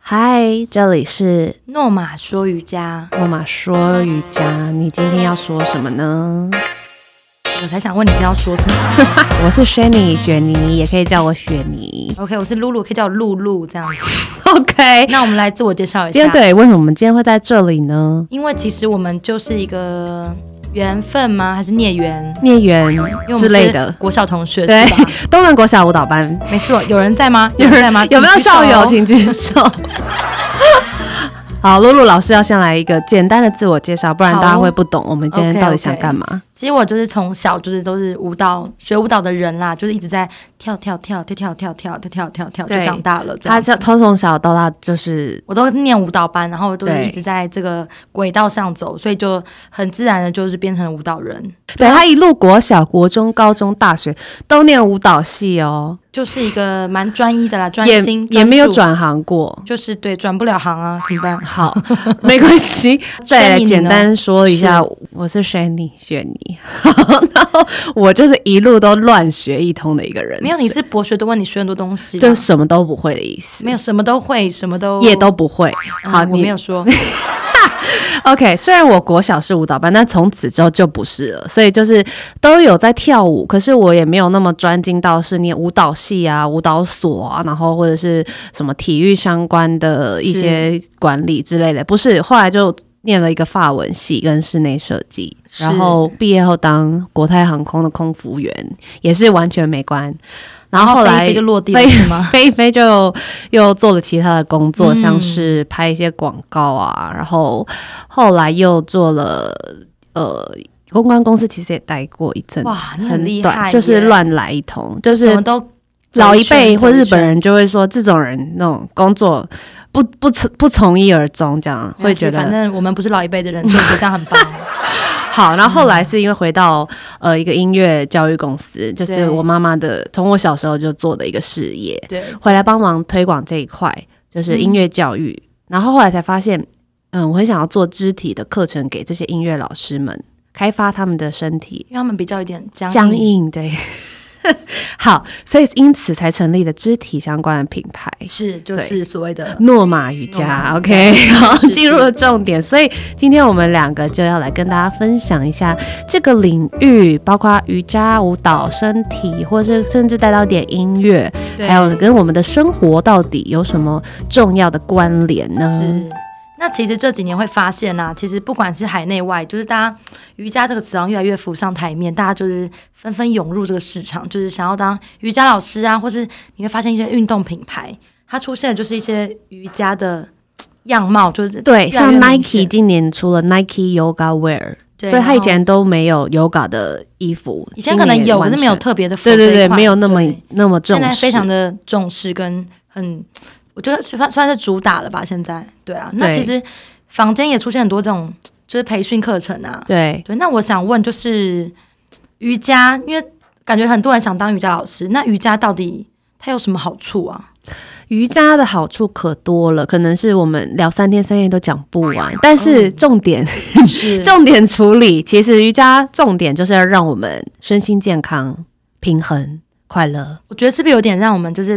嗨，这里是诺玛说瑜伽，诺玛说瑜伽，你今天要说什么呢？我才想问你今天要说什么。我是 Shani 雪妮，也可以叫我雪妮。 OK，我是露露，可以叫我露露这样子。 OK，那我们来自我介绍一今天下。，对，为什么我们今天会在这里呢？因为其实我们就是一个缘分吗？还是孽缘？孽缘因为我之们类是的，国小同学对是吧？，东南国小舞蹈 班，没错，有人在吗？ 有人人在吗？有没有请举手校友？请举手。 好，露露老师要先来一个简单的自我介绍，不然好大家会不懂我们今天 OK，到底想 OK 干嘛。其实我就是从小就是都是舞蹈学舞蹈的人啦，就是一直在跳跳跳跳跳跳跳跳跳跳跳，就对长大了这他样子。他他从小到大就是我都念舞蹈班，然后都是对一直在这个轨道上走，所以就很自然的就是变成舞蹈人。对他一路国小、国中、高中、大学都念舞蹈系哦，就是一个蛮专一的啦，专也心也没有，专转行过注。就是对转不了行啊，怎么办？好， 没关 系。再来 Shani 简呢单说一下，我是 Shani 雪妮， 然后我就是一路都乱学一通的一个人，没有，你是博学多问，你学很多东西啊，就什么都不会的意思，没有什么都会，什么都也都不会。嗯好，哦我你没有说， OK，虽然我国小是舞蹈班，但从此之后就不是了，所以就是都有在跳舞，可是我也没有那么专精到是念舞蹈系啊、舞蹈所啊，然后或者是什么体育相关的一些管理之类的，不是。后来就念了一个法文系跟室内设计，是然后毕业后当国泰航空的空服员，也是完全没关。然后后飞一来飞就落地了飞是 吗？飞一飞就又做了其他的工作，嗯像是拍一些广告啊，然后后来又做了呃公关公司，其实也待过一阵子，哇，你很厉害短，耶，就是乱来一通，就什是么都老一辈或日本人人就会说这种人那种工作不不从不从一而终，这样会觉反得正我们不是老一辈的人，所以我觉得这样很棒。好。然后后来嗯是因为回到呃一个音乐教育公司，就是对我妈妈的从我小时候就做的一个事业，对，回来帮忙推广这一块，嗯就是音乐教育。然后后来才发现，嗯，我很想要做肢体的课程给这些音乐老师们，开发他们的身体因为他们比较有点僵僵硬。对， 好，所以因此才成立了肢体相关的品牌。是就是所谓的诺玛瑜呃诺玛瑜伽伽，OK，好，是进入了重点。所以今天我们两个就要来跟大家分享一下这个领域，包括瑜伽、舞蹈、身体，或是甚至带到一点音乐，对还有跟我们的生活到底有什么重要的关联呢？是。那其实这几年会发现啊，其实不管是海内外，就是大家呃瑜伽这个词好像越来越浮上台面，大家就是纷纷涌入这个市场，就是想要当瑜伽老师啊，或是你会发现一些运动品牌，它出现的就是一些瑜伽的样貌，就是对，越来像越明 Nike 显今年出了 Nike Yoga Wear，对所以它以然前都没有 Yoga 的衣服后，以前可能今年有，完可是全没有特别的 follow 对对这对，一块没有那么对那么重现在视，非常的重视跟很，我觉得算算是主打了吧，现在对啊，那对其实坊间也出现很多这种就是培训课程啊，对。对，那我想问，就是瑜伽，因为感觉很多人想当瑜伽老师，那瑜伽到底它有什么好 处啊？瑜伽的好处可多了，可能是我们聊三天三夜都讲不完。但是重点、嗯是重点处理，其实瑜伽重点就是要让我们身心健康、平衡、快乐。我觉得是不是有点让我们就是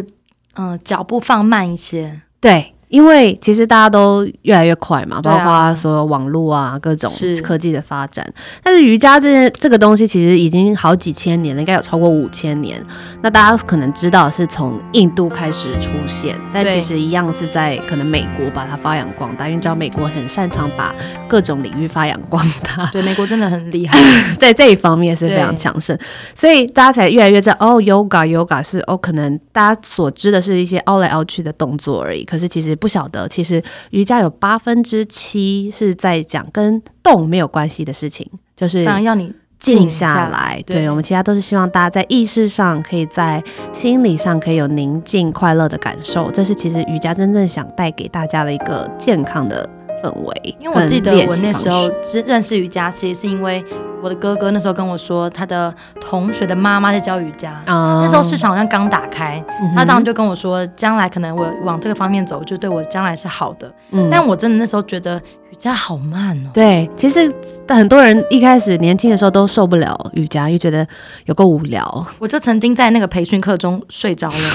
嗯、呃脚步放慢 一些？对，因为其实大家都越来越快嘛，对啊包括所有网络啊、各种是科技的发展。但是瑜伽这这个东西其实已经好几千年了，应该有超过五千年。那大家可能知道是从印度开始出现，但对其实一样是在可能美国把它发扬光大，因为知道美国很擅长把各种领域发扬光大，对，美国真的很厉害，在这一方面是对非常强盛，所以大家才越来越知道哦，yoga yoga 是哦，可能大家所知的是一些凹来凹去的动作而已，可是其实不晓得，其实瑜伽有八分之七是在讲跟动没有关系的事情，就是反而要你静静下下来来。对对我们其他都是希望大家在意识上，可以在心理上可以有宁静快乐的感受，这是其实瑜伽真正想带给大家的一个健康的氛围。因为我记得跟练我习那方时候式是认识瑜伽，其实是因为我的哥哥那时候跟我说，他的同学的妈妈在教瑜伽。啊那时候市场好像刚打开，嗯哼他当时就跟我说，将来可能我往这个方面走，就对我将来是好的。嗯但我真的那时候觉得瑜伽好慢哦，对，其实很多人一开始年轻的时候都受不了瑜伽，因为觉得有够无 聊。我就曾经在那个培训课中睡着了。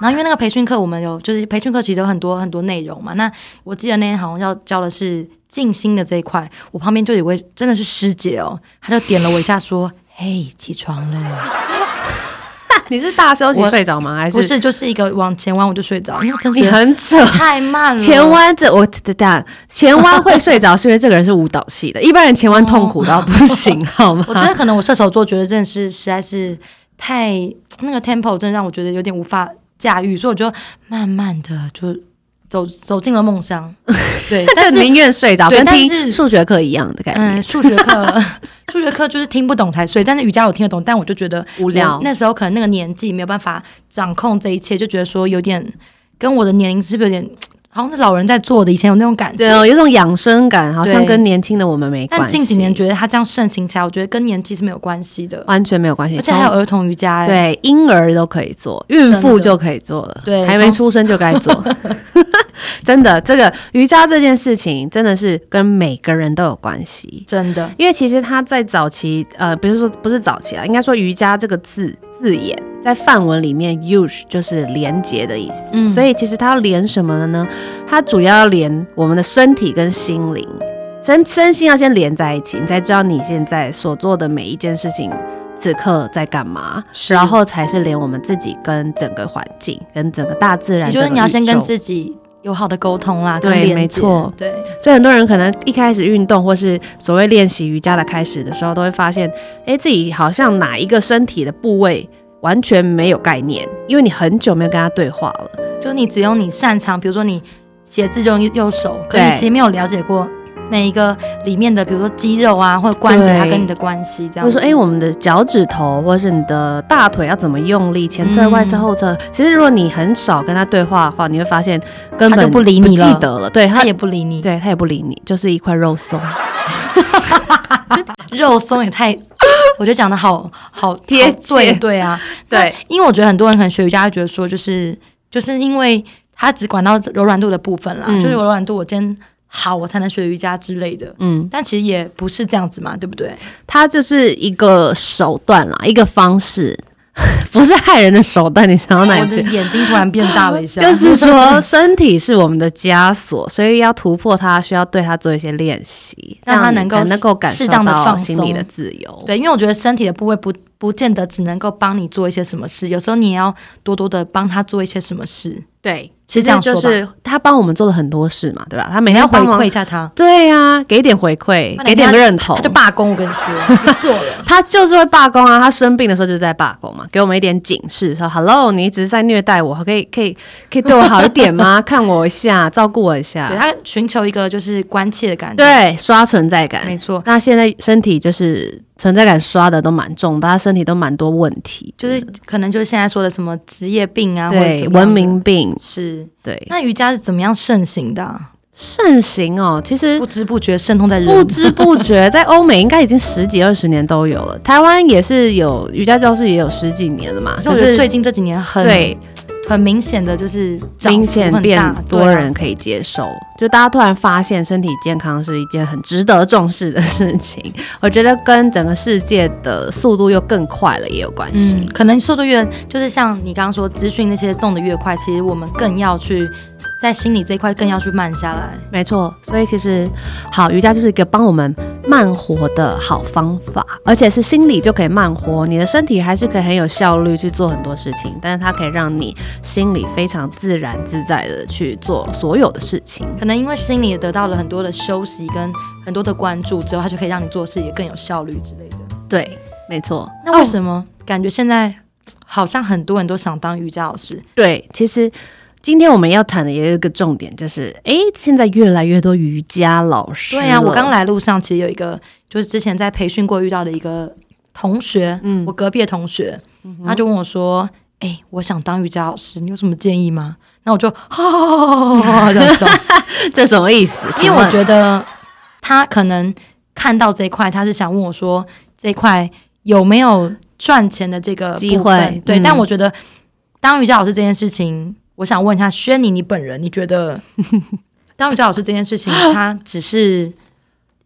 然后因为那个培训课我们有，就是培训课其实有很多很多内容嘛。那我记得那天好像要教的是静心的这一块，我旁边就有位真的是师姐哦，她就点了我一下说。嘿起床了！你是大休我睡着吗？还 不是，就是一个往前弯我就睡着，因为真的你觉得很扯。太慢了。前弯这我等下前弯会睡着，是因为这个人是舞蹈系的，一般人前弯痛苦到不行，好吗？哦我 觉得可能我射手座觉得真的是实在是太那个 tempo 真的让我觉得有点无法驾驭，所以我就慢慢的就走走进了梦乡。 对，但但是宁愿睡着，对跟但听是数学课一样的感觉，嗯，数 学课数学课就是听不懂才睡，但是瑜伽我听得懂，但我就觉得无聊我。那时候可能那个年纪没有办法掌控这一切，就觉得说有点跟我的年龄是不是有点好像是老人在做的，以前有那种感觉。对哦，有种养生感，好像对跟年轻的我们没关系。但近几年觉得他这样盛行起来，我觉得跟年纪是没有关系的，完全没有关系，而且还有从儿童瑜伽、欸。对婴儿都可以做，孕妇就可以做了，对还没出生就该做。 真的，这个瑜伽这件事情真的是跟每个人都有关系。真的，因为其实它在早期，呃，不是说不是早期啦，应该说瑜伽这个字字眼在梵文里面 “yush” 就是连接的意思，嗯所以其实它要连什么的呢？它主要要连我们的身体跟心灵，身身心要先连在一起，你才知道你现在所做的每一件事情此刻在干嘛，是然后才是连我们自己跟整个环境、跟整个大自然。也就是你要先整跟个宇宙自己有好的沟通啦，对跟连没接错对，所以很多人可能一开始运动或是所谓练习瑜伽的开始的时候，都会发现，哎，自己好像哪一个身体的部位完全没有概念，因为你很久没有跟他对话了。就是你只有你擅长，比如说你写字就用右手，可对你其实没有了解过每一个里面的，比如说肌肉啊或者关节它对跟你的关系这或样者子。说，哎，我们的脚趾头或是你的大腿要怎么用力，前侧、嗯外侧、后侧。其实如果你很少跟他对话的话，你会发现根他本就不理你记了得了，对他也不理你，对他也不理你，就是一块肉松。肉松 也太，我觉得讲的好好贴好对切 对啊，对那因为我觉得很多人可能学瑜伽会觉得说，就是就是因为他只管到柔软度的部分啦，嗯就是柔软度我今天好我才能学瑜伽之类的，嗯，但其实也不是这样子嘛，对不对？它就是一个手段啦，一个方式， 不是害人的手段。你想到哪我里的去？眼睛突然变大了一下， 就是说，身体是我们的枷锁，所以要突破它，需要对它做一些练习，让它这样你能够才能够感受适当地到放心松理的自由。对，因为我觉得身体的部位不不见得只能够帮你做一些什么事，有时候你也要多多的帮他做一些什么事，对，是其这实样就说吧是他帮我们做了很多事嘛，对吧？他每你天要回帮忙哦馈一，下他。对呀、给一点回馈不，然给点人家认同他。就罢工，我跟你说， 不做了。他就是会罢工啊，他生病的时候就是在罢工嘛，给我们一点警示，说 “hello，你一直在虐待我，可以可以可以对我好一点 吗？看我一下，照顾我一对下，他寻求一个就是关切的感觉，啊对，刷存在感没。错，那现在身体就是存在感刷的都蛮重，大家身体都蛮多问题，就是可能就是现在说的什么职业病啊，或者对怎么样文的明病，是。对那瑜伽是怎么样盛行的啊、盛行哦。其实不知不觉渗透在人，嗯不知不觉，在欧美应该已经十几二十年都有了，台湾也是有瑜伽教室也有十几年了嘛，可是就我觉得是最近这几年很对很明显的就是涨明幅很显大变对多啊人可以接受，就大家突然发现身体健康是一件很值得重视的 事情。我觉得跟整个世界的速度又更快了也有关系。嗯，可能速度越就是像你刚刚说资讯那些动得越快，其实我们更要去在心理这一块更要去慢下来。没错，所以其实好瑜伽就是一个帮我们慢活的好方法，而且是心理就可以慢活，你的身体还是可以很有效率去做很多事情，但是它可以让你心里非常自然自在的去做所有的事情。可能因为心理也得到了很多的休息跟很多的关注之后，它就可以让你做事也更有效率之类的。对，没错。那为哦什么感觉现在好像很多人都想当瑜伽老师？对，其实今天我们要谈的也有一个重点，就是诶，现在越来越多瑜伽老师了。对呀、啊我刚来路上其实有一个，就是之前在培训过遇到的一个同学，嗯我隔壁的同学，他就问我说：“哎、我想当瑜伽老师，你有什么建议吗？”那我就哈这样笑。这什么意思？因为我得觉得他可能看到这一块，他是想问我说这一块有没有赚钱的这个机部分会对，嗯但我觉得当瑜伽老师这件事情，我想问一下轩尼，你本人你觉得 当瑜伽老师这件事情，它只是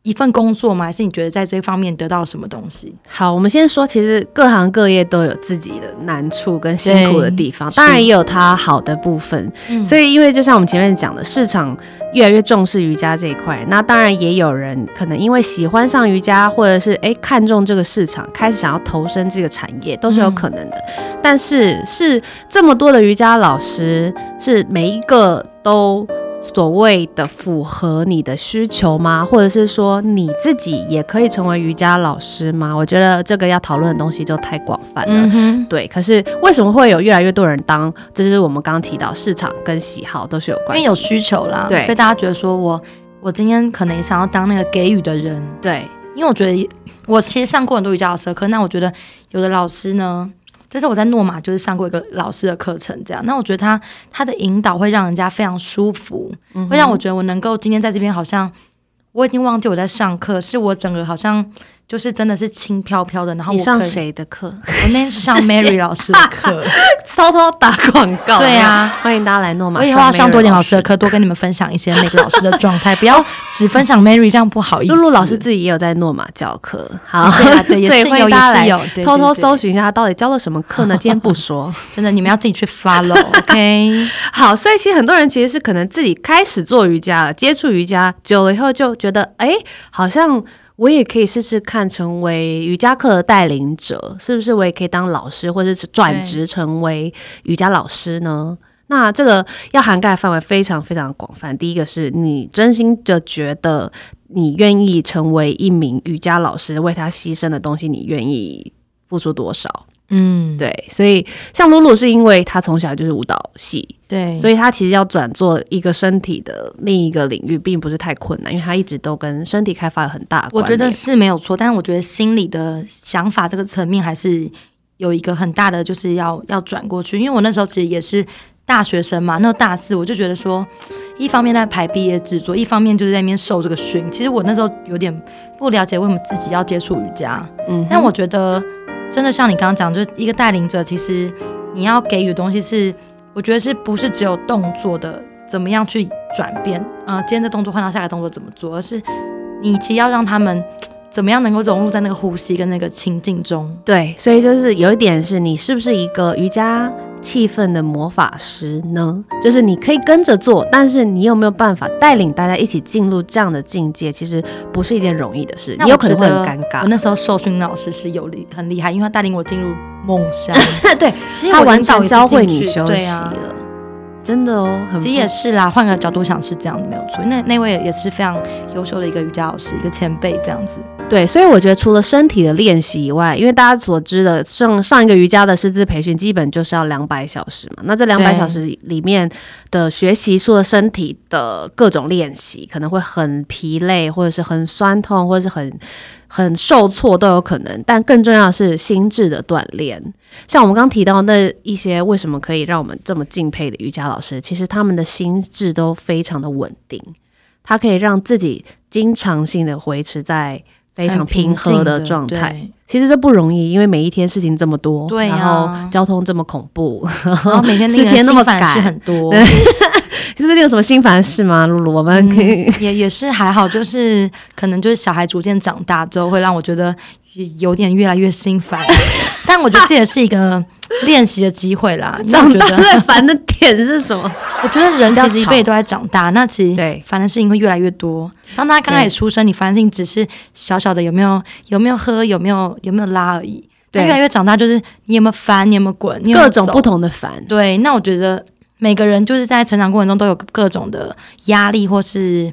一份工作吗？还是你觉得在这方面得到什么东西？好，我们先说，其实各行各业都有自己的难处跟辛苦的地方，对当然是也有它好的部分。嗯所以，因为就像我们前面讲的，市场越来越重视瑜伽这一块，那当然也有人可能因为喜欢上瑜伽，或者是诶看中这个市场，开始想要投身这个产业，都是有可能的。但是是这么多的瑜伽老师，是每一个都。所谓的符合你的需求吗？或者是说你自己也可以成为瑜伽老师吗？我觉得这个要讨论的东西就太广泛了。嗯哼，对，可是为什么会有越来越多人当？这就是我们刚刚提到市场跟喜好都是有因关为系。有需求啦，对所以大家觉得说我我今天可能也想要当那个给予的人，对，因为我觉得我其实上过很多瑜伽老师的课，那我觉得有的老师呢，这是我在诺马就是上过一个老师的课程，这样，那我觉得他他的引导会让人家非常舒服，嗯哼会让我觉得我能够今天在这边好像我已经忘记我在上课，是我整个好像就是真的是轻飘飘的，然后你我上可以？谁的 课？我那天是上 Mary 老师的课， 偷偷打广告。对啊没有欢迎大家来诺玛。我以后要上多点老师的课。课，多跟你们分享一些每个老师的状态， 不要只分享 Mary，这样不好意思。露露老师自己也有在诺玛教课，好，对啊，对，也所以是欢迎有，大家也是来有，对偷偷对对搜寻一下他到底教了什么课呢？今天不 说。真的，你们要自己去 follow，OK？好，所以其实很多人其实是可能自己开始做瑜伽了，接触瑜伽久了以后就觉得，哎，好像我也可以试试看，成为瑜伽课的带领者，是不是？我也可以当老师，或者是转职成为瑜伽老师呢？那这个要涵盖范围非常非常广泛。第一个是你真心的觉得你愿意成为一名瑜伽老师，为他牺牲的东西，你愿意付出多少？嗯，对，所以像露露是因为她从小就是舞蹈系，对，所以他其实要转做一个身体的另一个领域，并不是太困难，因为他一直都跟身体开发有很大的我关觉联。得是没有错，但是我觉得心理的想法这个层面还是有一个很大的，就是要要转过去。因为我那时候其实也是大学生嘛，那时候大四，我就觉得说，一方面在排毕业制作，一方面就是在那边受这个训。其实我那时候有点不了解为什么自己要接触瑜伽，嗯哼，但我觉得真的像你刚刚讲，就是一个带领者，其实你要给予的东西是，我觉得是不是只有动作的怎么样去转变？呃，今天这动作换到下个动作怎么做，而是你其实要让他们怎么样能够融入在那个呼吸跟那个情境中。对，所以就是有一点是你是不是一个瑜伽气氛的魔法师呢？就是你可以跟着做，但是你有没有办法带领大家一起进入这样的境界？其实不是一件容易的事，那你有可能我会觉很得尴我 尬。那时候受训老师是有厉很厉害，因为他带领我进入梦 乡。对，其实他我已经完全早已经教会进你去休对息啊了，真的哦，很其实也是啦，换个角度想是这样的，没有错。那那位也是非常优秀的一个瑜伽老师，一个前辈这样子。对，所以我觉得除了身体的练习以外，因为大家所知的上上一个瑜伽的师资培训，基本就是要两百小时嘛。那这两百对小时里面的学习，除了身体的各种练习，可能会很疲累，或者是很酸痛，或者是很很受挫都有可能。但更重要的是心智的锻炼。像我们刚提到那一些为什么可以让我们这么敬佩的瑜伽老师，其实他们的心智都非常的稳定，他可以让自己经常性的维持在非常很平静和的的状态。对其实这不容易，因为每一天事情这么多，对啊然后交通这么恐怖， 然后每天时间那么赶是很多，其实你有什么心烦事吗？露露，我们可以、也也是还好，就是可能就是小孩逐渐长大之后，会让我觉得嗯有点越来越 心烦，但我觉得这也是一个练习的机会 啦，因为嗯我长觉大得最烦的点是什 么？我觉得人其比实较一吵辈都在长大，那其实。对，烦的事情会越来越多。当他刚开始出生，你烦的事情只是小小的有没有有没有喝有没有有没有拉而已。他对越来越长大，就是你有没有翻，你有没有滚，你有没有各种走不同的烦。对，那我觉得每个人就是在成长过程中都有各种的压力，或是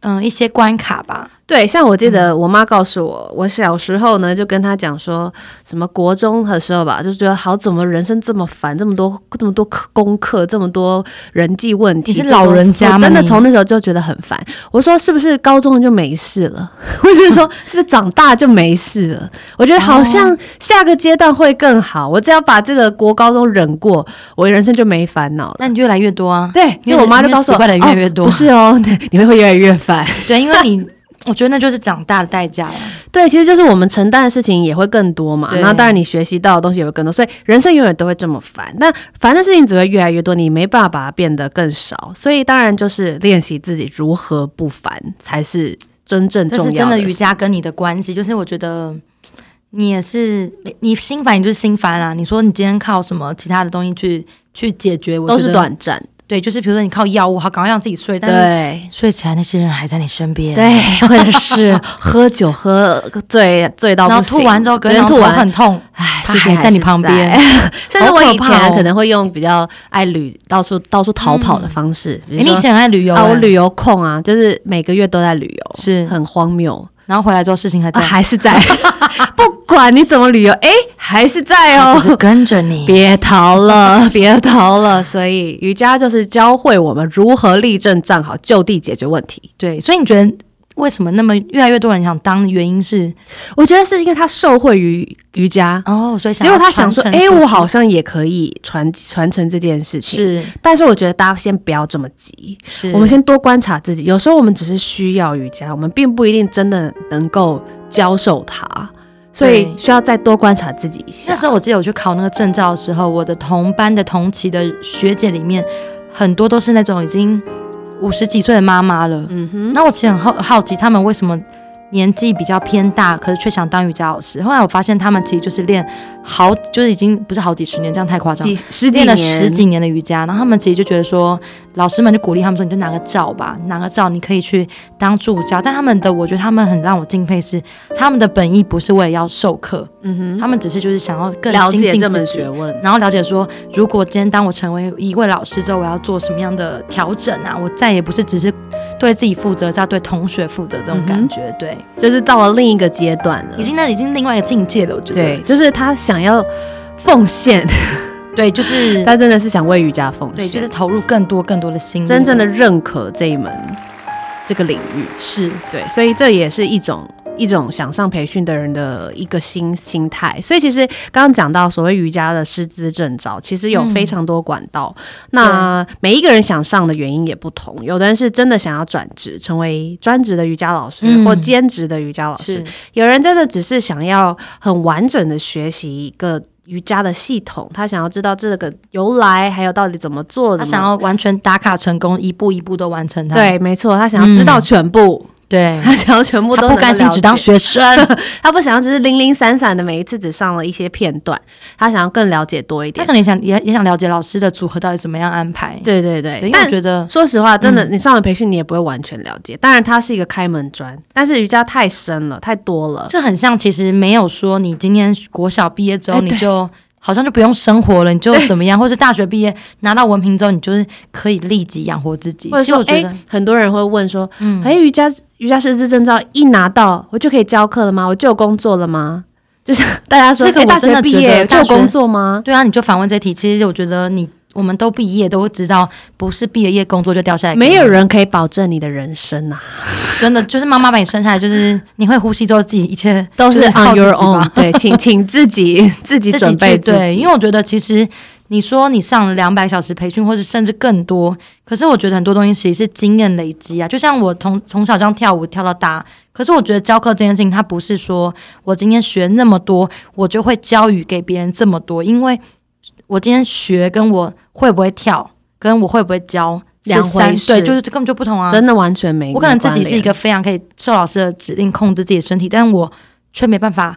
嗯一些关卡 吧。对，像我记嗯得我妈告诉我，我小时候呢就跟她讲说，什么国中的时候吧，就觉得好怎么人生这么烦，这么多这么多课功课，这么多人际问题。你是这么多老人家吗我真的你从那时候就觉得很烦。我说是不是高中就没事了？ 或是说是不是长大就没事了？我觉得好像哦下个阶段会更好。我只要把这个国高中忍过，我人生就没烦恼了。那你越来越多啊，对，因就为我妈就因为告诉我，奇怪的越来越哦 多不是哦，你会越来越烦。对，因为你我觉得那就是长大的代 价了。啊对，其实就是我们承担的事情也会更多嘛。对那当然，你学习到的东西也会更多，所以人生永远都会这么烦。那烦的事情只会越来越多，你没办法把它变得更少。所以当然就是练习自己如何不烦，才是真正这重是真要的事瑜伽跟你的关系，就是我觉得你也是你心烦，你就是心烦啊啦、你说你今天靠什么其他的东西去去解决，我都觉是得短暂。对，就是比如说你靠药物，好赶快让自己睡，但是对。睡起来那些人还在你身边，，对，或者是 喝酒喝醉醉到不然行，后吐完之后，隔天真的头吐完很痛，唉，他事情还在你旁边。还是在。 甚至我以好可怕前哦嗯可能会用比较爱旅到处到处逃跑的方式，比诶如你说以前很爱旅游、啊，我诶旅游控啊，就是每个月都在旅游，欸是，很荒谬然后回来之后事情还啊，在，还是 在，不管你怎么旅游，哎、还是在他哦就。是跟着你。 别逃了， 别逃了！所以瑜伽就是教会我们如何立正站好，就地解决问题。对，所以你觉得为什么那么越来越多人想当？原因是我觉得是因为他受惠于瑜伽，哦，所以想结要果他想说，传哎、承出去我好像也可以传传承这件事情。是但是我觉得大家先不要这么急，是，我们先多观察自己。有时候我们只是需要瑜伽，我们并不一定真的能够教授它，所以对需要再多观察自己一下那。时候我记得我去考那个证照的时候，我的同班的同期的学姐里面，很多都是那种已经五十几岁的妈妈了。嗯哼，那我其实很好好奇，他们为什么年纪比较偏大，可是却想当瑜伽老师？后来我发现他们其实就是练好，就是已经不是好几十年，这样太夸张。几十几练年了十几年的瑜伽，然后他们其实就觉得说，老师们就鼓励他们说，你就拿个照吧，拿个照你可以去当助教。但他们的，我觉得他们很让我敬佩是，他们的本意不是为了要授课，嗯他们只是就是想要更了精解进这自门己学问。然后了解说，如果今天当我成为一位老师之后，我要做什么样的调整啊？我再也不是只是对自己负责，是要对同学负责这嗯种感觉。对，就是到了另一个阶段了已。经那已经另外一个境界了，我觉得。对，就是他想要奉献， 对，就是他真的是想为瑜伽奉献，对，就是投入更多更多的心力，真正的认可这一门这个领域。是对，所以这也是一种一种想上培训的人的一个心心态。所以其实刚刚讲到所谓瑜伽的师资证照，其实有嗯非常多管道。那每一个人想上的原因也不同，有的人是真的想要转职，成为专职的瑜伽老师、嗯或兼职的瑜伽老师是，，有人真的只是想要很完整的学习一个。瑜伽的系统，他想要知道这个由来，还有到底怎么做的。他想要完全打卡成功，一步一步都完成它。对，没错，他想要知道嗯全部，对，他想要全部他都不能够甘心了只当解学生。他不想要只是零零散散的每一次只上了一些片段，他想要更了解多一 他点可。能也想也也想了解老师的组合到底怎么样安排。对对对，对，因为我但觉得嗯说实话，真的，你上了培训，你也不会完全了解。当然，它是一个开门砖，但是瑜伽太深了，太多了。这很像，其实没有说你今天国小毕业之后哎你对就。好像就不用生活了，你就怎么样，或是大学毕业拿到文凭之后，你就是可以立即养活自己。或者其实说我，觉哎、得，很多人会问说，嗯，哎、瑜伽瑜伽师资证照一拿到，我就可以教课了吗？我就有工作了吗？就是大家说，这个哎我大真的学毕觉得业就大有学工作吗？对啊，你就反问这题。其实我觉得你我们都毕业，都知道不是毕了业工作就掉下来给你，没有人可以保证你的人生呐、啊真的就是妈妈把你生下来，就是你会呼吸之后，自己一切都就是是靠 on 自 your 己吧 own。对，请请自己自己 自准己备去自对，己因为我觉得其实你说你上了两百小时培训，或者甚至更多，可是我觉得很多东西其实是经验累积啊。就像我从从小这样跳舞跳到大，可是我觉得教课这件事情，它不是说我今天学那么多，我就会教予给别人这么多，因为我今天学跟我会不会跳，跟我会不会教是两回三事对，就是根本就不同啊。真的完全没。我可能没自己关是联一个非常可以受老师的指令控制自己的身体，但我却没办法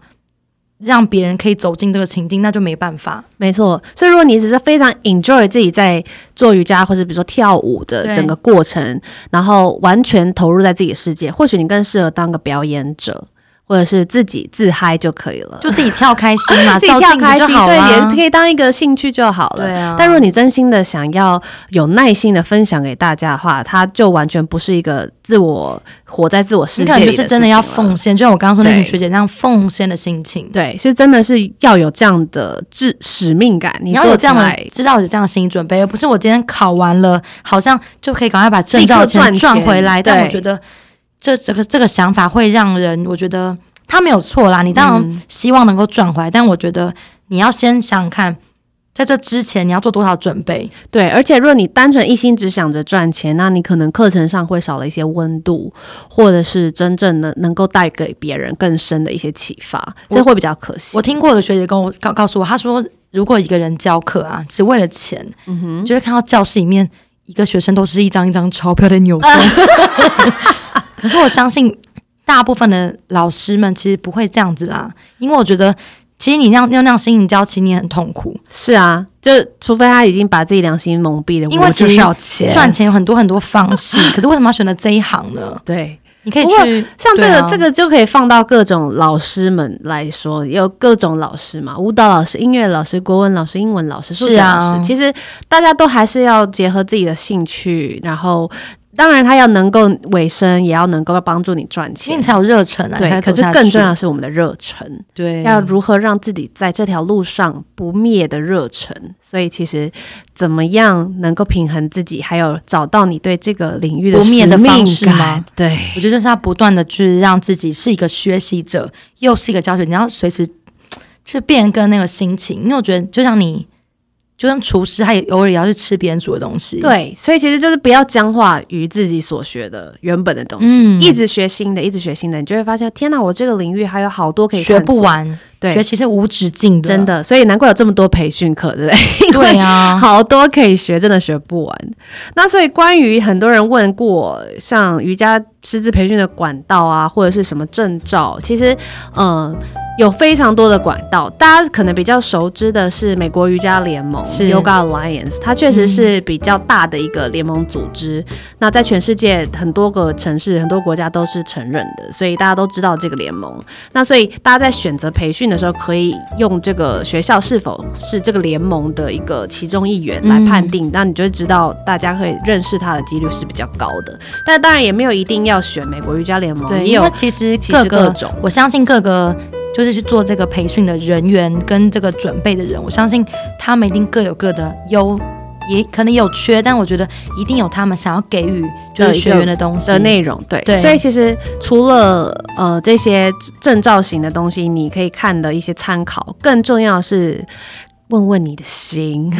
让别人可以走进这个情境，那就没办 法。没错，所以如果你只是非常 enjoy 自己在做瑜伽或者比如说跳舞的对整个过程，然后完全投入在自己的世界，或许你更适合当个表演者，或者是自己自嗨就可以了，啊就自己跳开心嘛，自己照跳镜子开心，就好啦对，也可以当一个兴趣就好了。对啊。但如果你真心的想要有耐心的分享给大家的话，它就完全不是一个自我活在自我世你界可里能的就是真的要事情了奉献，就像我刚刚说那群对学姐那样奉献的心情，对，所以真的是要有这样的志使命感，你你要有做这样起来的知道有这样的心理准备，而不是我今天考完了，好像就可以赶快把证立刻照的钱赚赚钱回来。但我对觉得这这个这个想法会让人，我觉得他没有错啦，你当然嗯希望能够赚回来，但我觉得你要先想想看，在这之前你要做多少准备？对，而且如果你单纯一心只想着赚钱，那你可能课程上会少了一些温度，或者是真正的能够带给别人更深的一些启发，我这会比较可惜。我听过的学姐跟我告告诉我，她说如果一个人教课啊，只为了钱，嗯你就会看到教室里面一个学生都是一张一张钞票在 扭动。 可是我相信大部分的老师们其实不会这样子啦，因为我觉得其实你那样用那样心灵教，其实你也很痛苦，是啊，就除非他已经把自己良心蒙蔽了，因为我其实就是要钱赚。钱有很多很多 方式，可是为什么要选择这一行呢？对，你可以不过去像这对个、啊这个就可以放到各种老师们来说，有各种老师嘛，舞蹈老师、音乐老师、国文老师、英文老师、数学是啊老师，其实大家都还是要结合自己的兴趣，然后当然他要能够维生，也要能够帮助你赚因为钱你。才有热忱啊，对，你才会可走是下更去重要的是我们的热忱，对要如何让自己在这条路上不灭的热忱。所以其实怎么样能够平衡自己，还有找到你对这个领域的不灭的使命方式感吗？对，我觉得就是要不断的去让自己是一个学习者，又是一个教学者，你要随时嘖去变更那个心情，因为我觉得就像你，就像厨师，他也偶尔也要去吃别人煮的东西，，对，所以其实就是不要僵化于自己所学的原本的东西，嗯一直学新的，一直学新的，你就会发现，天哪，我这个领域还有好多可以学探索不，完，对学其实无止境的，真，的，所以难怪有这么多培训课，对不对？ 对啊， 好多可以学，真的学不完。那所以关于很多人问过，像瑜伽师资培训的管道啊，或者是什么证照，其实嗯、呃有非常多的管道。大家可能比较熟知的是美国瑜伽联盟是 （Yoga Alliance），它确实是比较大的一个联盟组织。那在全世界很多个城市、很多国家都是承认的，所以大家都知道这个联盟。那所以大家在选择培训的时候，可以用这个学校是否是这个联盟的一个其中一员来判定，那你就会知道大家可以认识它的几率是比较高的。但当然也没有一定要选美国瑜伽联盟，对，也因为有其实其各实各个，种。我相信各个。就是去做这个培训的人员跟这个准备的人，我相信他们一定各有各的优，也可能有缺，但我觉得一定有他们想要给予就的是一学个员的东西的内容对，对所以其实除了呃这些证照型的东西，你可以看的一些参考，更重要的是问问你的心，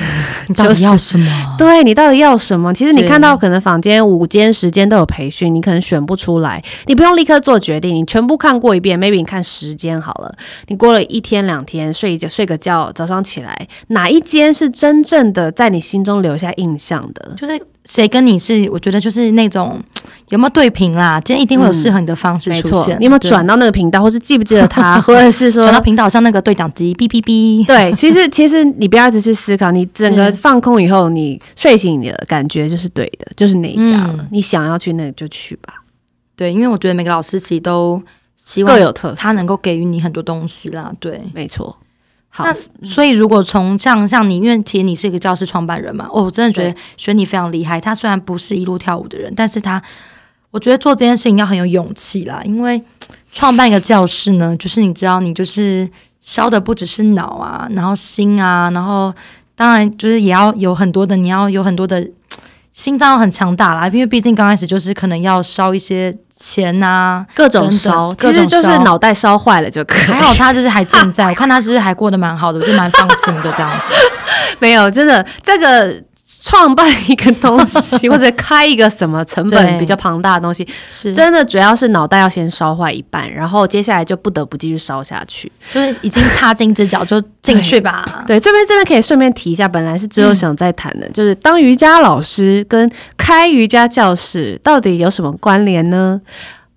你到底要什么？对你到底要什么？其实你对看到可能坊间五间、十间都有培训，你可能选不出来，你不用立刻做决定，你全部看过一遍，maybe 你看十间好了，你过了一天两天，睡一觉睡个觉，早上起来哪一间是真正的在你心中留下印象的？就是谁跟你是？我觉得就是那种有没有对频啦，今天一定会有适合你的方式嗯没出错现。，你有没有对转到那个频道，或是记不记得他，或者是说转到频道？像那个对讲机，哔哔哔。 对，其实其实你不要一直去思考，你整个是放空以后，你睡醒你的感觉就是对的，就是那一家了。嗯你想要去那个就去吧，对，因为我觉得每个老师其实都希各望有特色。他能够给予你很多东西啦。对，没错。好那，所以如果从这样像你，因为其实你是一个教室创办人嘛，哦，我真的觉得学你非常厉害。他虽然不是一路跳舞的人，但是他我觉得做这件事情要很有勇气啦，因为创办一个教室呢，就是你知道，你就是烧的不只是脑啊，然后心啊，然后当然就是也要有很多的，你要有很多的心脏要很强大啦，因为毕竟刚开始就是可能要烧一些钱啊，各种等等烧，各其实种就是烧脑袋烧坏了就可以。还好他就是还健在，我看他就是还过得蛮好的，我就蛮放心的这样子。 没有，真的这个创办一个东 西或者开一个什么成本对比较庞大的东西，是真的主要是脑袋要先烧坏一半，然后接下来就不得不继续烧下去。就是已经踏进只脚就进去吧。对，这边这边可以顺便提一下，本来是只有想再谈的，就是当瑜伽老师跟开瑜伽教室到底有什么关联呢？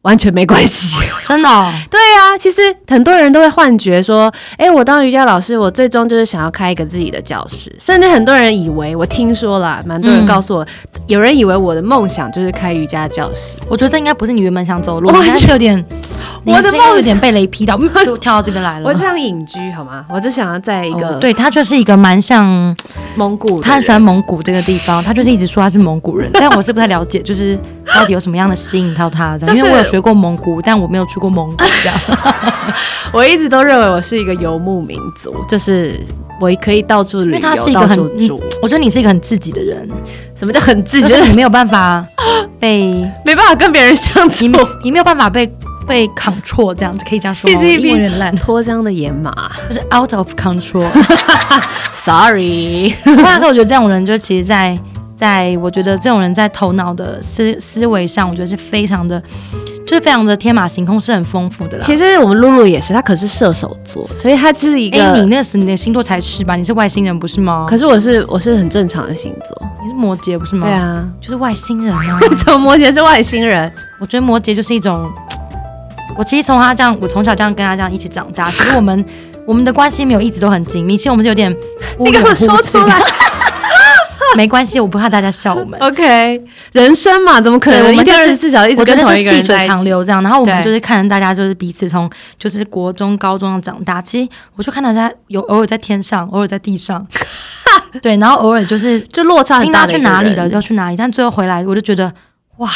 完全没关系。真的、哦， 对啊，其实很多人都会幻觉说，哎，我当瑜伽老师，我最终就是想要开一个自己的教室。甚至很多人以为，我听说啦，蛮多人嗯告诉我，有人以为我的梦想就是开瑜伽教室。我觉得这应该不是你原本想走的路，哦 我应该是有点，我的你应该梦有点被雷 劈到，嗯就跳到这边来了。我只想隐居，好吗？我只想要在一哦个对他就是一个蛮像，蒙古的人、他很喜欢蒙古这个地方，他就是一直说他是蒙古 人，但我是不太了解，就是到底有什么样的吸引到他这样，就是因为我有学过蒙古，但我没有去过蒙古 这样。我一直都认为我是一个游牧民族，就是我可以到处旅因为他是游，一个到很嗯处住。我觉得你是一个很自己的人，什么叫很自 就己？就是是 你没有办法被，没办法跟别人相处你。没你没有办法被会 control 这样子，可以这样说一吗？我直一英文有边点烂，脱缰的野马就是 out of control。 ，sorry，那可我觉得这种人，就其实在，在我觉得这种人在头脑的思思维上，我觉得是非常的，就是非常的天马行空，是很丰富的啦。其实我们露露也是，她可是射手座，所以她是一哎、个。你那时你的星座才是吧？你是外星人不是吗？可是我是我是很正常的星座，你是摩羯不是吗？对，啊，就是外星 人啊。为什么摩羯是外星人？我觉得摩羯就是一种，我其实从他这样，我从小这样跟他这样一起长大，其实我们我们的关系没有一直都很紧密，其实我们是有点 忽你略给我说忽视出来没关系，我不怕大家笑我们。 ，OK？人生嘛，怎么可对我能们一天就二是十四小时一直我觉跟得同就一个细人水在一长起？流这样，然后我们对就是看大家就是彼此从就是国中、高中长大。其实我就看大家有偶尔在天上，偶尔在 地上，对，然后偶尔就是就落差很听大他的一去个哪里人了要去哪里，但最后回来我就觉得哇，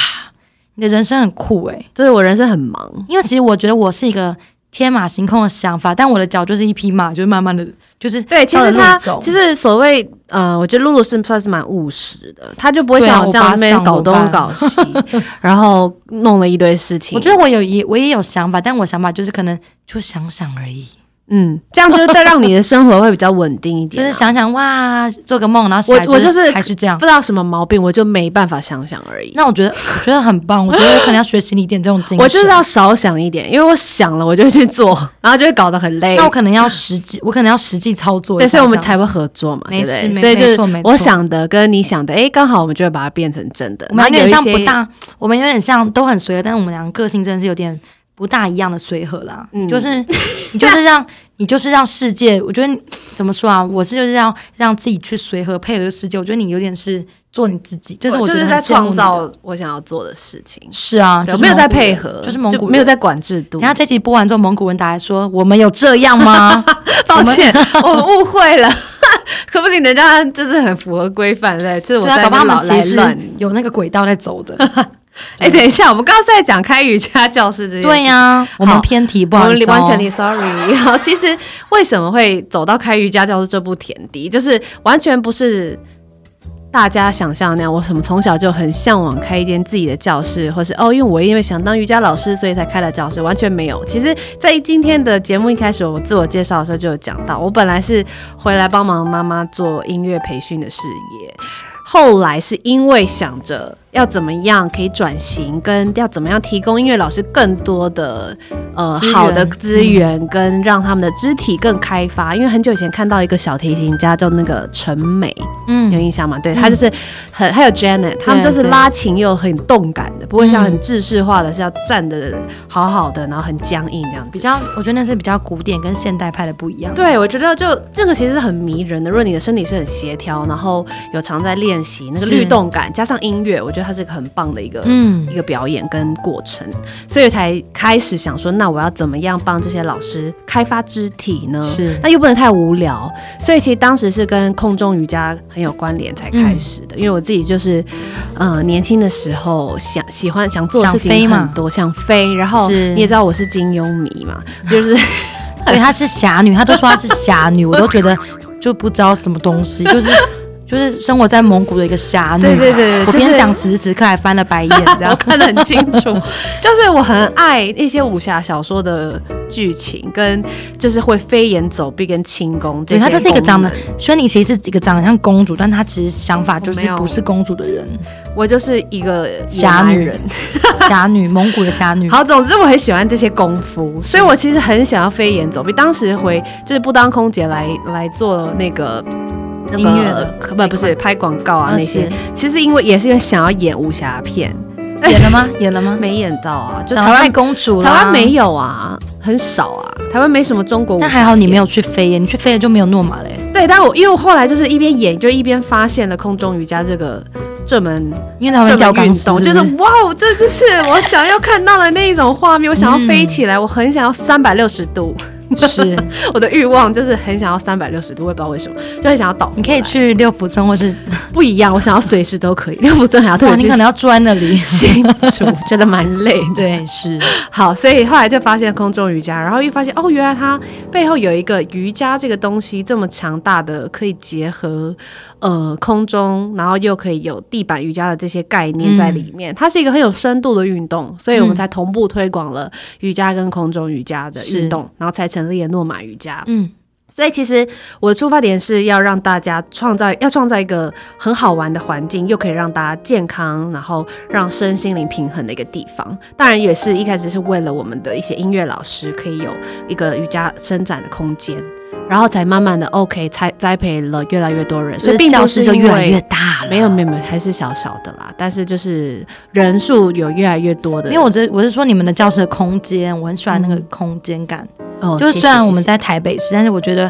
你的人生很酷诶、就是我人生很忙，因为其实我觉得我是一个天马行空的想法，但我的脚就是一匹马，就是慢慢的，就是对，其实他其实实所谓呃，我觉得露露是算是蛮务实的，她就不会对啊像我我这样巴那边桑搞怎东么办搞西， 然后弄了一堆事情。我觉得我有也我也有想法，但我想法就是可能就想想而已，嗯，这样就是再让你的生活会比较稳定一就点 啊、是想想哇，做个梦，然后起我来我就是还是这样不。知道什么毛病，我就没办法想想而已。那我觉得我觉得很棒，我觉得可能要学习你一点这种精神。我就是要少想一点，因为我想了我就会去做， 然后就会搞得很累那。我可能要实际，我可能要实际操作一对，所下这以样。我们才会合作嘛，对没不对？事所以没就错是没错我想的跟你想的，哎，刚好我们就会把它变成真的。我们有然后点像一不些，大，我们有点像都很随和，但是我们两个个性真的是有点不大一样的随和啦。嗯就是你就是让你就是让世界，我觉得你怎么说啊？我是就是要让自己去随和配合世界。我觉得你有点是做你自己，这是我我就觉得是很在羡慕创你的造。我想要做的事情，是啊，对就是没有在蒙古人配合，就是蒙古人没有。在管制度等一。下这集播完之后，蒙古人打来说：“我们有这样吗？” 抱歉，我们误会了。 说不定人家就是很符合规范嘞，就是我对在啊，搞不好他那边们老其来实乱。有那个轨道在走的。哎，等一下，我们刚刚是在讲开瑜伽教室这件事。 对呀，我们好偏题，不我好们意思、哦，完全离 sorry。好， 其实为什么会走到开瑜伽教室这步田地，就是完全不是大家想象的那样。我什么从小就很向往开一间自己的教室，或是哦，因为我因为想当瑜伽老师，所以才开了教室，完全没有。其实，在今天的节目一开始，我自我介绍的时候就有讲到，我本来是回来帮忙妈妈做音乐培训的事业。后来是因为想着要怎么样可以转型，跟要怎么样提供音乐老师更多的呃资源好的资源，跟让他们的肢体更开发。因为很久以前看到一个小提琴家叫那个陈美，嗯有印象吗？对，嗯她就是很还有 Janet，他们就是对拉琴又很动感的，不会像嗯很制式化的，是要站的好好的，然后很僵硬这样比子。较，我觉得那是比较古典跟现代派的不一样。对，我觉得就这个其实是很迷人的。如果你的身体是很协调，然后有常在练习，那个是律动感加上音乐，我觉得它是一个很棒的一个嗯一个表演跟过程，所以才开始想说，那我要怎么样帮这些老师开发肢体呢？是那又不能太无聊，所以其实当时是跟空中瑜伽很有关联才开始嗯的。因为我自己就是，呃，年轻的时候想喜欢想做的事想飞情嘛很多，想飞。然后是你也知道我是金庸迷嘛，就是对，她是侠女，她都说她是侠女，我都觉得就不知道什么东 西，就是就是生活在蒙古的一个侠女。对对对对我就边是讲此时此刻还翻了白 眼，这我样。看得很清楚， 就是我很爱那些武侠小说的剧情，跟就是会飞檐走壁跟轻功这对，些她功能。就是一个长得，轩宁其实是一个长得像公主，但她其实想法就我没是有不是公主的人， 我就是一个侠女野蛮人。侠女，蒙古的侠女。好，总之我很喜欢这些功夫，所以我其实很想要飞檐走壁。当时回就是不当空姐来来做那个。那个音乐的可不不是拍广告啊呃那些 是，其实因为也是因为想要演武侠片，演了吗？演了吗？没演到啊，就长台得太湾公主了。台湾没。有啊，很少啊，台湾没什么中国武侠但片。还好你没有去飞耶，你去飞了就没有诺玛嘞。对，但我因为我后来就是一边演就一边发现了空中瑜伽这个这门因为他这们吊门钢运丝动，就是是不是哇，哦这就是 我想要看到的那一种画面，我想要嗯飞起来，我很想要三百六十度，是， 我的欲望就是很想要三百六十度，我也不知道为什么，就很想要倒。你可以去六福村或是不一样，我想要随时都可以， 六福村还要特哇，别去啊你可能要住在那 里。新竹，觉得蛮累的。对，是。好，所以后来就发现空中瑜伽，然后又发现哦，原来它背后有一个瑜伽这个东西这么强大的，可以结合呃空中，然后又可以有地板瑜伽的这些概念在里面。它是一个很有深度的运动，所以我们才同步推广了瑜伽跟空中瑜伽的是运动，然后才成立了诺玛瑜伽。嗯，所以其实我的出发点是要让大家创造，要创造一个很好玩的环境，又可以让大家健康，然后让身心灵平衡的一个地方。当然也是一开始是为了我们的一些音乐老师可以有一个瑜伽伸展的空间，然后才慢慢的 OK 才栽培了越来越多人，嗯所以并教不室是就因越来为越大了。没有没有没有还是小小的啦，但是就是人数有越来越多的，因为我这我是说你们的教室的空间，我很喜欢那个空间感。哦就是谢谢虽然我谢们谢在台北市，但是我觉得，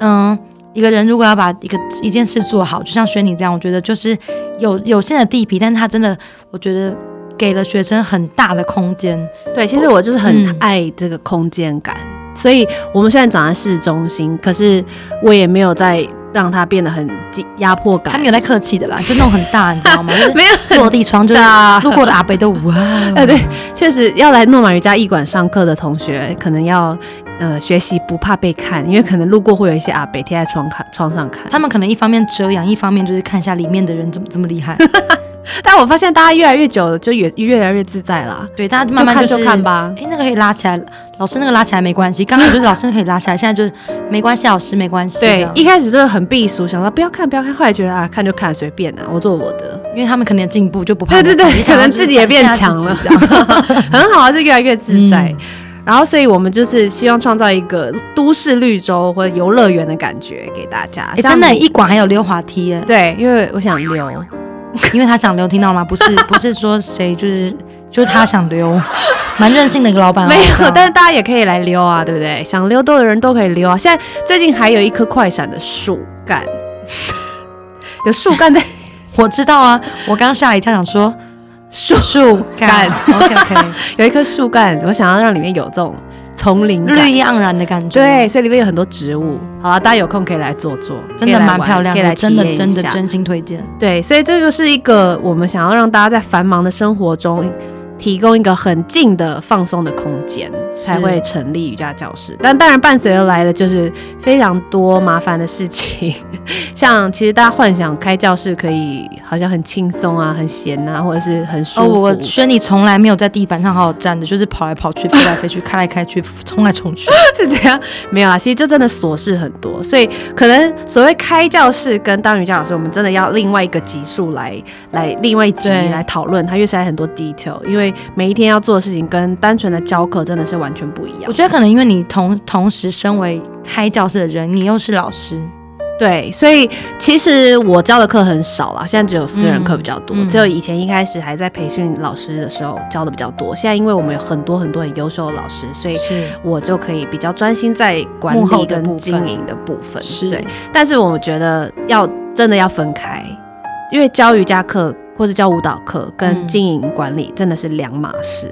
嗯，一个人如果要把一个一件事做好，就像轩你这样，我觉得就是有有限的地皮，但是他真的，我觉得给了学生很大的空间。对，其实我就是嗯很爱这个空间感，所以我们虽然长在市中心，可是我也没有在让它变得很挤压迫他感没。有在客气的啦，就那种很大，你知道吗？就是没有落地窗，就是大路过的阿北都哇，呃，对，确实要来诺玛瑜伽艺馆上课的同学，可能要呃学习不怕被看，因为可能路过会有一些阿北贴在窗看窗上看。他们可能一方面遮阳，一方面就是看一下里面的人怎么这么厉害。但我发现大家越来越久了，就越越来越自在啦，对，大家慢慢看就是就看。吧。哎，那个可以拉起来，老师那个拉起来没关系。刚开始就是老师那个可以拉起来，现在就是没关系，老师没关系。这对样，一开始就是很避俗，想说不要看不要看，后来觉得啊看就看，随便啊，我做我 的。因为他们可能有进步，就不怕对对麻对，烦也想可要能就是自己也变展现强一下了自己这样，很好啊，就越来越自在。嗯然后，所以我们就是希望创造一个都市绿洲或者游乐园的感觉给大家。哎，这样真的，你，一馆还有溜滑梯耶对，因为我想溜，因为他想溜，听到吗？不是不是说谁，就是就是他想溜，蛮任性的一个老板 哦。没这有，样但是大家也可以来溜啊，对不对？想溜多的人都可以溜啊。现在最近还有一棵快闪的树 干，有树干在我知道啊，我刚吓了一跳，想说 树，树干 干，OK OK，有一棵树干，我想要让里面有这种丛林感绿意盎然的感觉，对，，所以里面有很多植物。好了，大家有空可以来坐坐，真可的以来蛮玩漂亮可以来的，体真的验一真的下真心推荐。对，所以这个是一个我们想要让大家在繁忙的生活中提供一个很近的放松的空间，是才会成立瑜伽教室。但当然，伴随而来的就是非常多麻烦的事情， 像其实大家幻想开教室可以好像很轻松啊、很闲啊，或者是很舒哦，服。我轩你从来没有在地板上好好站的，就是跑来跑去、飞来飞去、开来开去、冲来冲 去。是怎样？没有啊，其实就真的琐事很多，所以可能所谓开教室跟当瑜伽老师，我们真的要另外一个集数来来另外一集对来讨论它，因为实在很多 detail，因为每一天要做的事情跟单纯的教课真的是完全不一样我。觉得可能因为你同同时身为开教室的人，你又是老师，对，所以其实我教的课很少啦，现在只有私人课比较多，嗯嗯只有以前一开始还在培训老师的时候教的比较多。现在因为我们有很多很多很优秀的老师，所以是我就可以比较专心在管幕后理的部跟分经营的部分。是对，但是我觉得要真的要分开，因为教瑜伽课或是教舞蹈课嗯跟经营管理真的是两码事，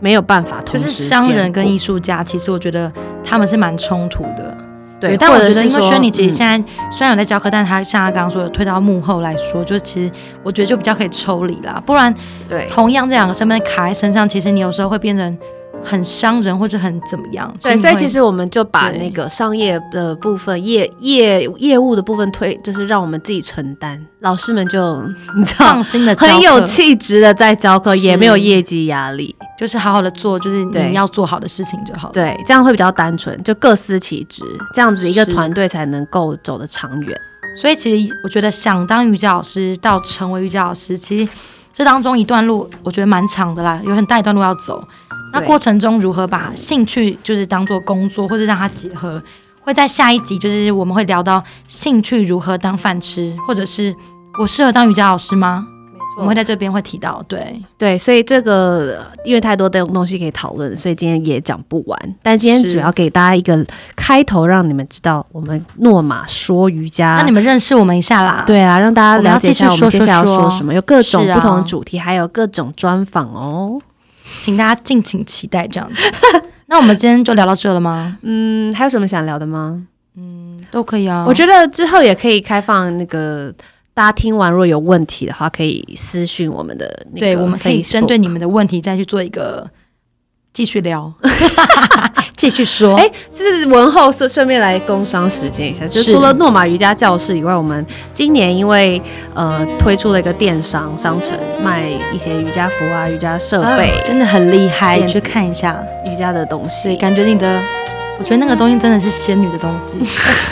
没有办法就同时是商人跟兼艺术家，其实我觉得他们是蛮冲突的。顾对，但我或者觉得是因为说轩你姐嗯现在、虽然有在教课，但她像她刚刚说有推到幕后来说，就是其实我觉得就比较可以抽离啦，不然对同样这两个身份卡在身上，其实你有时候会变成很伤人或者很怎么样。对，你所以会其实我们就把对那个商业的部分、业业业务的部分推，就是让我们自己承担，老师们就你知道放心的很有气质的在教课，也没有是业绩压力。就是好好的做，就是你对要做好的事情就好了。对，这样会比较单纯，就各司其职，这样子一个是团队才能够走得长远。所以其实我觉得，想当瑜伽老师到成为瑜伽老师，其实这当中一段路，我觉得蛮长的啦，有很大一段路要走。那对过程中如何把兴趣就是当做工作，或者让它结合，会在下一集就是我们会聊到兴趣如何当饭吃，或者是我适合当瑜伽老师吗？我们会在这边会提到，对，对，所以这个呃因为太多东东西可以讨论，所以今天也讲不完。但今天是主要给大家一个开头，让你们知道我们诺玛说瑜伽。那你们认识我们一下啦。，对啊，让大我家们要了解一下继我续们接说下来要说说说什么，有各种是啊不同的主题，还有各种专访哦。请大家敬请期待这样 子。那我们今天就聊到这了吗？嗯，还有什么想聊的吗？都可以啊，我觉得之后也可以开放那个。大家听完，如果有问题的话，可以私讯我们的那个 Facebook。 对，我们可以针对你们的问题再去做一个继续聊，继续说。哎、就是文后顺顺便来工商时间一下，就是除了诺玛瑜伽教室以外，我们今年因为呃推出了一个电商商城，卖一些瑜伽服啊、瑜伽设啊备、真的很厉害，电你子去看一下。瑜伽的东对，西。感觉你的，我觉得那个东西真的是仙女的东 西。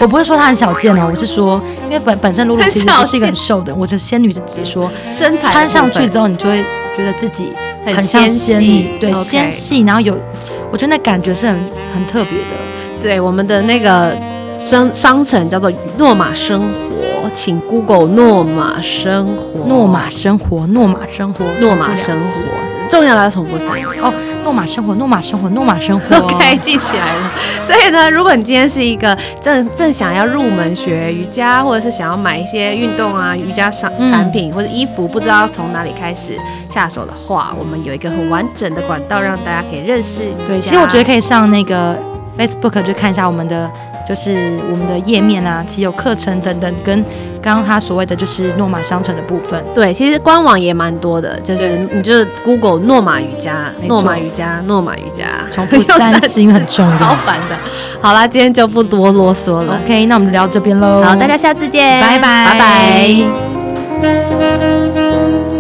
我不会说她很小件哦，我是说，因为本本身露露很其实小不是一个件很瘦的，我的仙女是指说身材的穿上部分去之后，你就会觉得自己很像纤仙细女，，对， OK 纤细，然后有，我觉得那感觉是很很特别的。对，我们的那个商商城叫做诺玛生活，请 Google 诺玛生活，诺玛生活，诺玛生活，诺玛生活，重要的要重复三次。哦，诺玛生活，诺玛生活，诺 玛生活。 OK，记起来了。所以呢，如果你今天是一个正正想要入门学瑜伽，或者是想要买一些运动啊瑜伽商嗯产品、或者衣服，不知道从哪里开始下手的话，我们有一个很完整的管道让大家可以认识瑜伽。对，其实我觉得可以上那个 Facebook 去看一下我们的，就是我们的页面啊，其实有课程等等，跟刚刚他所谓的就是诺玛商城的部分。对，其实官网也蛮多的，就是对你就是 Google 诺玛瑜伽、没诺错玛瑜伽、诺玛瑜伽，重复三次，因为很重超要。烦的。好啦，今天就不多啰嗦了。 OK，那我们就聊这边喽。好，大家下次见，拜拜，拜拜。